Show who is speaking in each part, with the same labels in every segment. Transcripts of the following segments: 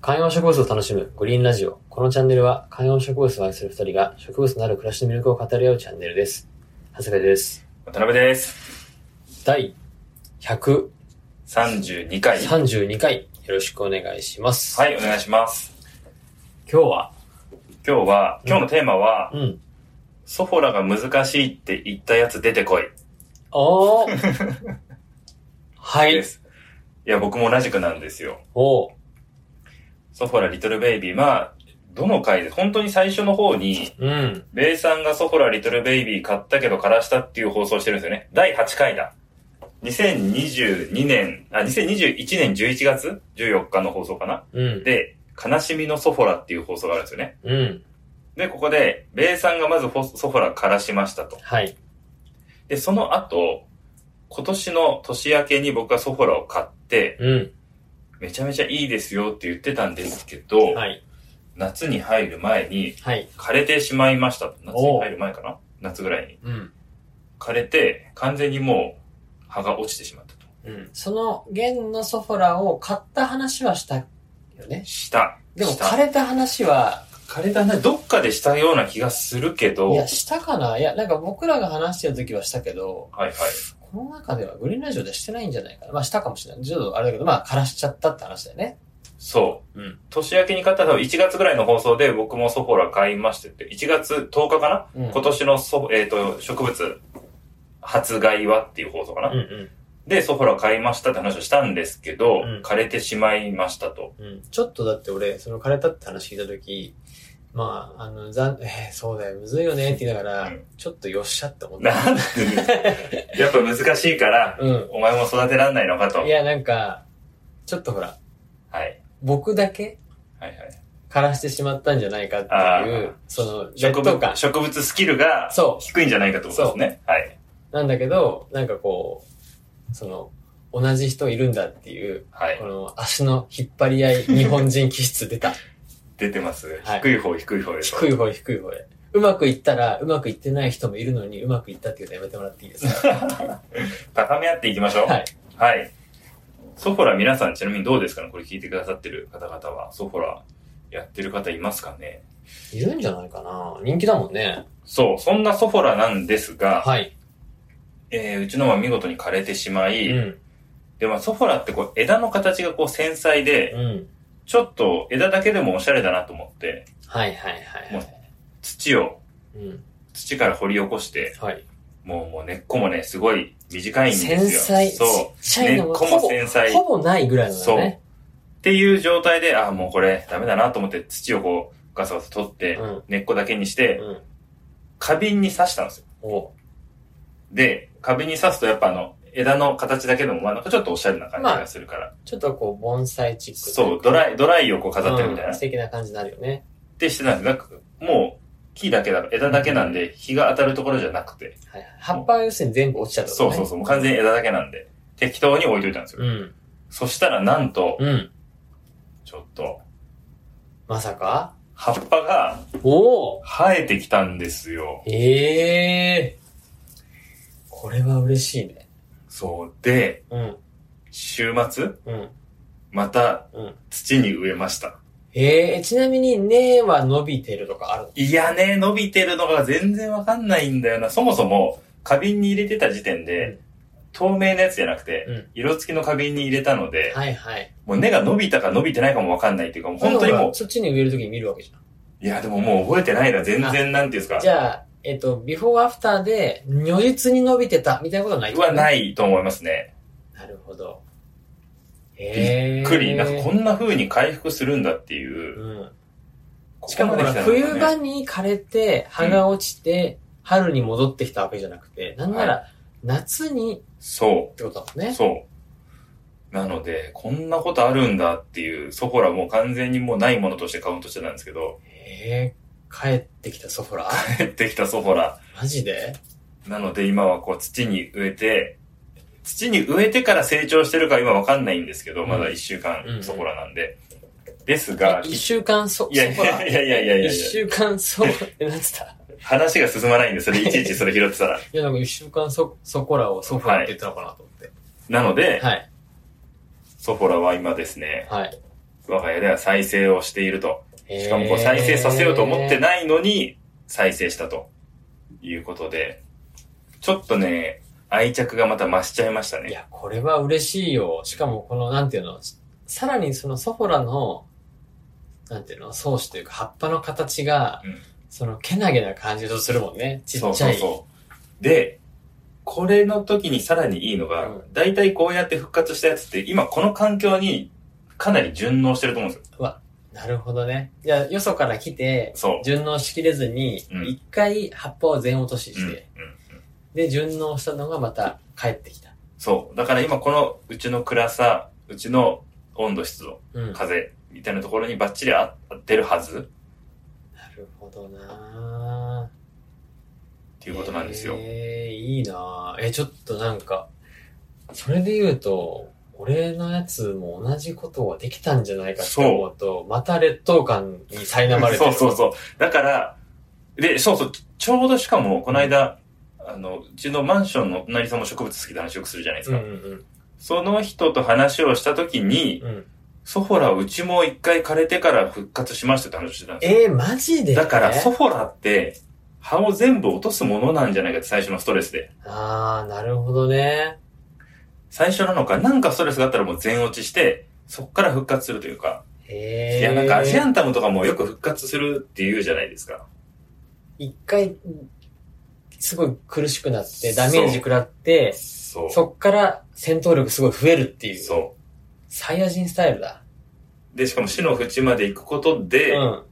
Speaker 1: 観葉植物を楽しむグリーンラジオ。このチャンネルは観葉植物を愛する二人が植物のある暮らしの魅力を語り合うチャンネルです。長谷部です。
Speaker 2: 渡辺です。
Speaker 1: 第132
Speaker 2: 32回。は
Speaker 1: 回、よろしくお願いします。い。
Speaker 2: い、お願いします。
Speaker 1: 今日は、
Speaker 2: 今日は、
Speaker 1: うん
Speaker 2: 今日のテーマは、
Speaker 1: うん。
Speaker 2: ソフォラが難しいって言ったやつ出てこい。
Speaker 1: おー は
Speaker 2: で
Speaker 1: い。
Speaker 2: す。いや、僕も同じくなんですよ。
Speaker 1: おー
Speaker 2: ソフォラ、リトルベイビー、まあ、どの回で、本当に最初の方に、
Speaker 1: うん。
Speaker 2: ベイさんがソフォラ、リトルベイビー買ったけど枯らしたっていう放送してるんですよね。第8回だ。2022年、あ、2021年11月14日の放送かな。
Speaker 1: うん。
Speaker 2: で、悲しみのソフォラっていう放送があるんですよね。
Speaker 1: うん。
Speaker 2: で、ここで、ベイさんがまずフォソフォラ枯らしましたと。
Speaker 1: はい。
Speaker 2: で、その後、今年の年明けに僕はソフォラを買って、
Speaker 1: うん。
Speaker 2: めちゃめちゃいいですよって言ってたんですけど、
Speaker 1: はい。
Speaker 2: 夏に入る前に
Speaker 1: はい。
Speaker 2: 枯れてしまいましたと。夏に入る前かな夏ぐらいに。
Speaker 1: うん。
Speaker 2: 枯れて、完全にもう葉が落ちてしまったと。
Speaker 1: うん。その、弦のソフォラを買った話はしたよね。
Speaker 2: した。
Speaker 1: でも、
Speaker 2: した
Speaker 1: 枯れた話は、
Speaker 2: 枯れたね。どっかでしたような気がするけ
Speaker 1: い
Speaker 2: ど、は
Speaker 1: や、
Speaker 2: い
Speaker 1: したかないや、なんか僕らが話してる時はしたけど、
Speaker 2: はい。
Speaker 1: この中ではグリーンラジオではしてないんじゃないかな。まあ、したかもしれない。ちょっとあれだけど、まあ、枯らしちゃったって話だよね。
Speaker 2: そう。
Speaker 1: うん
Speaker 2: 年明けに買ったのは1月ぐらいの放送で僕もソフォラ買いましてって、1月10日かな
Speaker 1: うん。
Speaker 2: 今年のソ、えっ、と、植物、発害はっていう放送かな、
Speaker 1: うんうん
Speaker 2: で、ソフラ買いましたって話をしたんですけど、
Speaker 1: うん
Speaker 2: 枯れてしまいましたと。
Speaker 1: うん、ちょっとだって俺、その枯れたって話聞いた時、まあ、あの、残、えーそうだよ、むずいよねって言いながら、
Speaker 2: うん
Speaker 1: ちょっとよっしゃって思っ
Speaker 2: な
Speaker 1: た。
Speaker 2: んで、やっぱ難しいから、
Speaker 1: うん。
Speaker 2: お前も育てらんないのかと。はいい。
Speaker 1: や、なんか、ちょっとほら、
Speaker 2: はい
Speaker 1: 僕だけ
Speaker 2: はい。
Speaker 1: 枯らしてしまったんじゃないかって
Speaker 2: あ
Speaker 1: い
Speaker 2: ー
Speaker 1: う、その、劣
Speaker 2: 植
Speaker 1: 等感
Speaker 2: 物、。植物スキルが
Speaker 1: そ
Speaker 2: 低いんじゃないかってことですね。はい。
Speaker 1: う。なんだけど、なんかこう、その、同じ人いるんだっていう、
Speaker 2: はい
Speaker 1: こ。の足の引っ張り合い、日本人気質 出た。
Speaker 2: 出てます。
Speaker 1: はい
Speaker 2: 低い方、低い方です。
Speaker 1: 低い方へ低い方へ。うまくいったら、うまくいってない人もいるのに、うまくいったっていうのやめてもらっていい ですか
Speaker 2: 高め合っていきましょう。
Speaker 1: はい。
Speaker 2: はい。ソフォラ皆さんちなみにどうですかねこれ聞いてくださってる方々は、ソフォラやってる方いますかね
Speaker 1: いるんじゃないかな人気だもんね。
Speaker 2: そう、そんなソフォラなんですが、
Speaker 1: はい。
Speaker 2: えーうちのは見事に枯れてしまい、
Speaker 1: うん。
Speaker 2: で、まあソフォラってこう枝の形がこう繊細で、
Speaker 1: うん。
Speaker 2: ちょっと枝だけでもおしゃれだなと思って、
Speaker 1: はいはいはい
Speaker 2: も
Speaker 1: は
Speaker 2: う
Speaker 1: い。
Speaker 2: 土を、
Speaker 1: うん。
Speaker 2: 土から掘り起こして、
Speaker 1: はい。
Speaker 2: もうもう根っこもね、すごい短いんですよ。
Speaker 1: 繊細。ちっ
Speaker 2: そ
Speaker 1: ち
Speaker 2: う。
Speaker 1: ゃい
Speaker 2: 根っ
Speaker 1: のも、
Speaker 2: こ
Speaker 1: ほ
Speaker 2: も
Speaker 1: ぼ、
Speaker 2: 繊細。
Speaker 1: ほぼないぐらいのだね。
Speaker 2: っていう状態で、ああ、もうこれダメだなと思って土をこうガサガサ取って、
Speaker 1: うん
Speaker 2: 根っこだけにして、
Speaker 1: うん。
Speaker 2: 花瓶に刺したんですよ。
Speaker 1: お
Speaker 2: で、花瓶に刺すとやっぱあの、枝の形だけでも、まあなんかちょっとおしゃれな感じがするから。
Speaker 1: ちょっとこう、盆栽チックとい
Speaker 2: そう
Speaker 1: か。
Speaker 2: う、ドライ、ドライをこう飾ってるみたいな。
Speaker 1: うん
Speaker 2: っ
Speaker 1: 素敵な感じになるよね。
Speaker 2: てしてたんですなんかもう、木だけだから、枝だけなんで、日が当たるところじゃなくて。
Speaker 1: はいはい。葉っぱは要するに全部落ちちゃった
Speaker 2: そうそうそう、もう完全に枝だけなんで、適当に置いといたんですよ。
Speaker 1: うん。
Speaker 2: そしたらなんと、
Speaker 1: うん。
Speaker 2: ちょっと、
Speaker 1: まさか
Speaker 2: 葉っぱが
Speaker 1: おお
Speaker 2: 生えてきたんですよ。
Speaker 1: ええこれは嬉しいね。
Speaker 2: そう。で、
Speaker 1: うん、
Speaker 2: 週末、
Speaker 1: うん、
Speaker 2: また
Speaker 1: うん。
Speaker 2: 土に植えました。
Speaker 1: ええちなみに、根は伸びてるとかあるの
Speaker 2: いやね、伸びてるのが全然わかんないんだよな。そもそも、花瓶に入れてた時点で、透明なやつじゃなくて、
Speaker 1: うん
Speaker 2: 色付きの花瓶に入れたので、
Speaker 1: はいはい。
Speaker 2: もう根が伸びたか伸びてないかもわかんないっていうか、もう本当にも
Speaker 1: そっちに植えるときに見るわけじゃん。
Speaker 2: う、いや、でももう覚えてないな、全然なんていうんですか。
Speaker 1: じゃあ、えっ、と、ビフォーアフターで、如実に伸びてたみたいなことはない。
Speaker 2: はないいと思いますね。
Speaker 1: なるほど。ええ
Speaker 2: びっくり、なんかこんな風に回復するんだっていう。
Speaker 1: うん。
Speaker 2: こ
Speaker 1: し
Speaker 2: こ
Speaker 1: かも
Speaker 2: ま
Speaker 1: ほ
Speaker 2: で
Speaker 1: ら、
Speaker 2: 来たのね
Speaker 1: 冬場に枯れて、葉が落ちて、春に戻ってきたわけじゃなくて、なんなら、夏に
Speaker 2: そ
Speaker 1: ってことだもん
Speaker 2: う、
Speaker 1: ね。
Speaker 2: そう。なので、こんなことあるんだっていう、ソフォラもう完全にもうないものとしてカウントしてたんですけど、
Speaker 1: ええ帰ってきたソフォラ
Speaker 2: 減ってきたソフォラ。
Speaker 1: マジで
Speaker 2: なので今はこう土に植えて、土に植えてから成長してるか今わかんないんですけど、
Speaker 1: うん
Speaker 2: まだ一週間
Speaker 1: うん
Speaker 2: そこらなんで。です
Speaker 1: え
Speaker 2: が、
Speaker 1: 一週間そ、
Speaker 2: いやい
Speaker 1: そこ
Speaker 2: や
Speaker 1: ら
Speaker 2: いやいやいやいや
Speaker 1: 一週間そ、え、なんつったい
Speaker 2: 話が進まないんですよね、いちいちそれ拾ってたら。
Speaker 1: や、なんか一週間そ、そこらをソファーって言ったのかなと思って。
Speaker 2: なので、
Speaker 1: はい。
Speaker 2: ソフォラは今ですね、
Speaker 1: はい。
Speaker 2: 我が家では再生をしていると。しかもこう再生させようと思って
Speaker 1: い。
Speaker 2: ないのに再生したということで、ちょっとね、愛着がまた増しちゃいました
Speaker 1: い
Speaker 2: ね。
Speaker 1: や、これは嬉しいよ。しかも、この、なんていうの、さらにそのソフォラの、なんていうの、草子というか葉っぱの形が、
Speaker 2: うん
Speaker 1: その、けなげな感じとするもんね。ちっちゃ
Speaker 2: そ
Speaker 1: い。
Speaker 2: うそうそう。で、これの時にさらにいいのが、
Speaker 1: うん
Speaker 2: だいたいこうやって復活したやつって今この環境にかなり順応してると思うんですよ。
Speaker 1: なるほどね。いや、よそから来て、
Speaker 2: そう。
Speaker 1: 順応しきれずに、一、
Speaker 2: うん
Speaker 1: 回葉っぱを全落としして、
Speaker 2: うんうん
Speaker 1: で、順応したのがまた帰ってきた。
Speaker 2: そう。だから今このうちの暗さ、うちの温度湿度、
Speaker 1: うん。な
Speaker 2: 風みたいなところにバッチリ合ってるはず
Speaker 1: るほどなっ
Speaker 2: っていうことなんですよ。
Speaker 1: えー、いいなぁえ、ちょっとなんか、それで言うと、俺のやつも同じことはできたんじゃないかって思うと、また劣等感に苛まれて
Speaker 2: そ
Speaker 1: る。
Speaker 2: う そうそう。だから、で、そうそう、ちょうどしかも、この間、あの、うちのマンションのお隣さんも植物好きで話よくするじゃないです
Speaker 1: ん
Speaker 2: か。
Speaker 1: うん
Speaker 2: その人と話をした時に、
Speaker 1: うん。うん、
Speaker 2: ソフォラうちも一回枯れてから復活しましたって話をしてたんですよ。
Speaker 1: えー、マジで
Speaker 2: だから、ソ
Speaker 1: そ
Speaker 2: フォラって、葉を全部落とすものなんじゃないかって最初のストレスで。
Speaker 1: あー、なるほどね。
Speaker 2: 最初なのか、なんかストレスがあったらもう全落ちして、そっから復活するというか。
Speaker 1: えー。
Speaker 2: いや、なんかアジアンタムとかもよく復活するって言うじゃないですか。
Speaker 1: 一回、すごい苦しくなって、ダメージ食らって、
Speaker 2: そう。
Speaker 1: そっから戦闘力すごい増えるっていう。
Speaker 2: そう。
Speaker 1: サイヤ人スタイルだ。
Speaker 2: で、しかも死の淵まで行くこと
Speaker 1: う
Speaker 2: で、
Speaker 1: ん。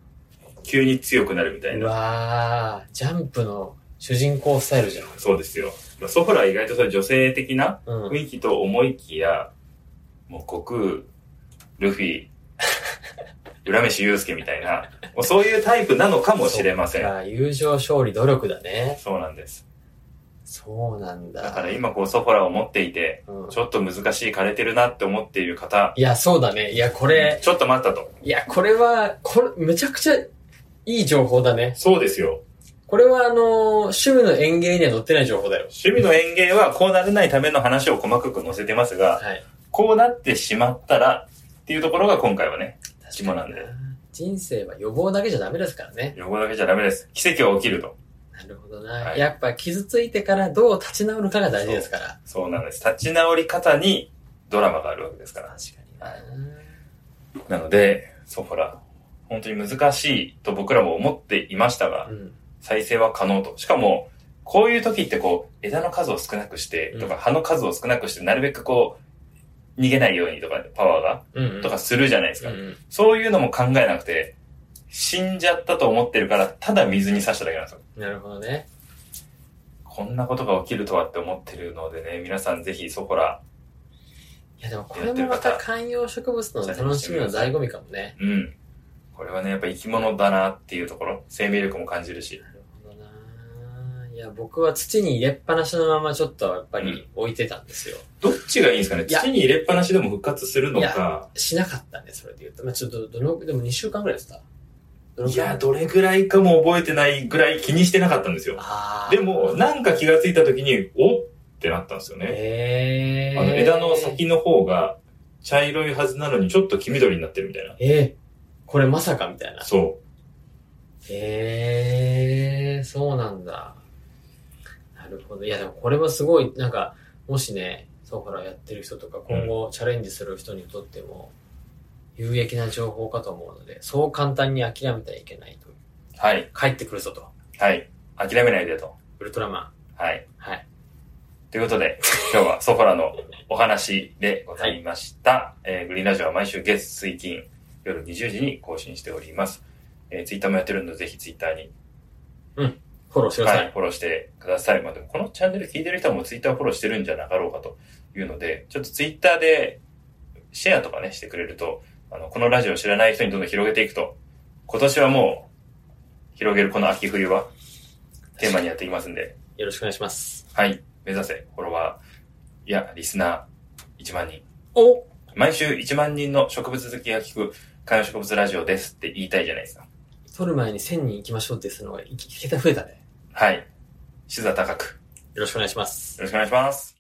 Speaker 2: 急に強くなるみたいうな。
Speaker 1: わー、ジャンプの主人公スタイルじゃん。
Speaker 2: そうですよ。まあ、ソフラは意外とそれ女性的な
Speaker 1: うん。
Speaker 2: 雰囲気と思いきや、もう悟空、ルフィ、 浦飯祐介みたいな、もうそういうタイプなのかもしれませ
Speaker 1: そっ
Speaker 2: ん。
Speaker 1: か友情勝利努力だね。
Speaker 2: そうなんです。
Speaker 1: そうなんだ。
Speaker 2: だから今こうソフラを持っていて、
Speaker 1: うん
Speaker 2: ちょっと難しい枯れてるなって思っている方、
Speaker 1: いや、そうだね。いや、これ、
Speaker 2: ちょっと待ったと。
Speaker 1: いや、これは、これ、むちゃくちゃいい情報だね。
Speaker 2: そうですよ。
Speaker 1: これは、あのー趣味の園芸には載ってない情報だよ。
Speaker 2: 趣味の園芸はこうなれないための話を細かく載せてますが、
Speaker 1: はい。
Speaker 2: こうなってしまったらっていうところが今回はね、肝なんで。
Speaker 1: 人生は予防だけじゃダメですからね。
Speaker 2: 横だけじゃダメです。奇跡は起きると。
Speaker 1: なるほどな。
Speaker 2: はい
Speaker 1: やっぱ傷ついてからどう立ち直るかが大事ですから。
Speaker 2: そうなんです。立ち直り方にドラマがあるわけですから。
Speaker 1: 確
Speaker 2: か
Speaker 1: かにな。
Speaker 2: なので、ソフラ、本当に難しいと僕らも思っていましたが、
Speaker 1: うん。
Speaker 2: 再生は可能と。しかも、こういう時ってこう、枝の数を少なくして、とか、葉の数を少なくして、なるべくこう、逃げないようにとか、パワーが、
Speaker 1: うん、うん。
Speaker 2: とかするじゃないです
Speaker 1: う
Speaker 2: か。
Speaker 1: ん。
Speaker 2: そういうのも考えなくて、死んじゃったと思ってるから、ただ水に刺しただけなんですよ。
Speaker 1: なるほどね。
Speaker 2: こんなことが起きるとはって思ってるのでね、皆さんぜひソフラ、
Speaker 1: いやでもこれもまた観葉植物の楽しみの醍醐味かもね。
Speaker 2: うん。これはね、やっぱ生き物だなっていうところ、生命力も感じるし。
Speaker 1: なるほどないや、僕は土に入れっぱなしのままちょっとやっぱり置いてたんですよ。
Speaker 2: どっちがいいんですかね
Speaker 1: いや
Speaker 2: 土に入れっぱなしでも復活するの
Speaker 1: い
Speaker 2: か。
Speaker 1: しなかったね、それで言うと。まあちょっとどの、でも2週間ぐらいですかどの
Speaker 2: い
Speaker 1: くら
Speaker 2: や、どれぐらいかも覚えてないぐらい気にしてなかったんですよ。
Speaker 1: あー
Speaker 2: でも、、なんか気がついた時に、おってなったんですよね。
Speaker 1: え
Speaker 2: あ
Speaker 1: ー、
Speaker 2: の、枝の。先の方が茶色いはずなのにちょっと黄緑になってるみたいな。
Speaker 1: えー、これまさかみたいな。
Speaker 2: そ
Speaker 1: へえー、そうなんだ。なるほど。いや、でもこれはすごい、なんか、もしね、そうほらやってる人とか、今後チャレンジする人にとっても、有益な情報かと思うので、そう簡単に諦めてはいけないと。
Speaker 2: う。はい。
Speaker 1: 帰ってくるぞと。
Speaker 2: はい。諦めないでと。
Speaker 1: ウルトラマ
Speaker 2: はい。
Speaker 1: ン。はい。
Speaker 2: ということ で、今日はソファラのお話でございました。えーグリーンラジオは毎週月、水、金、夜20時に更新しております。えツイッター Twitter もやってるので、ぜひツイッターに、
Speaker 1: フォローしてくだ
Speaker 2: は
Speaker 1: さ
Speaker 2: い
Speaker 1: い。
Speaker 2: フォローしてください。まあ、でもこのチャンネル聞いてる人はもうツイッターフォローしてるんじゃなかろうかというので、ちょっとツイッターでシェアとかね、してくれると、あの、このラジオを知らない人にどんどん広げていくと、今年はもう、広げるこの秋冬は、テーマにやっていきますんで、
Speaker 1: よろしくお願いします。
Speaker 2: はい。目指せ、フォロワー、いや、リスナー、1万人。
Speaker 1: お
Speaker 2: 毎週1万人の植物好きが聞く、観葉植物ラジオですって言いたいじゃないですか。
Speaker 1: 取る前に1000人行きましょうってするのが、い桁増えたね。
Speaker 2: はい。視座高く。
Speaker 1: よろしくお願いします
Speaker 2: よ。ろしくお願いします。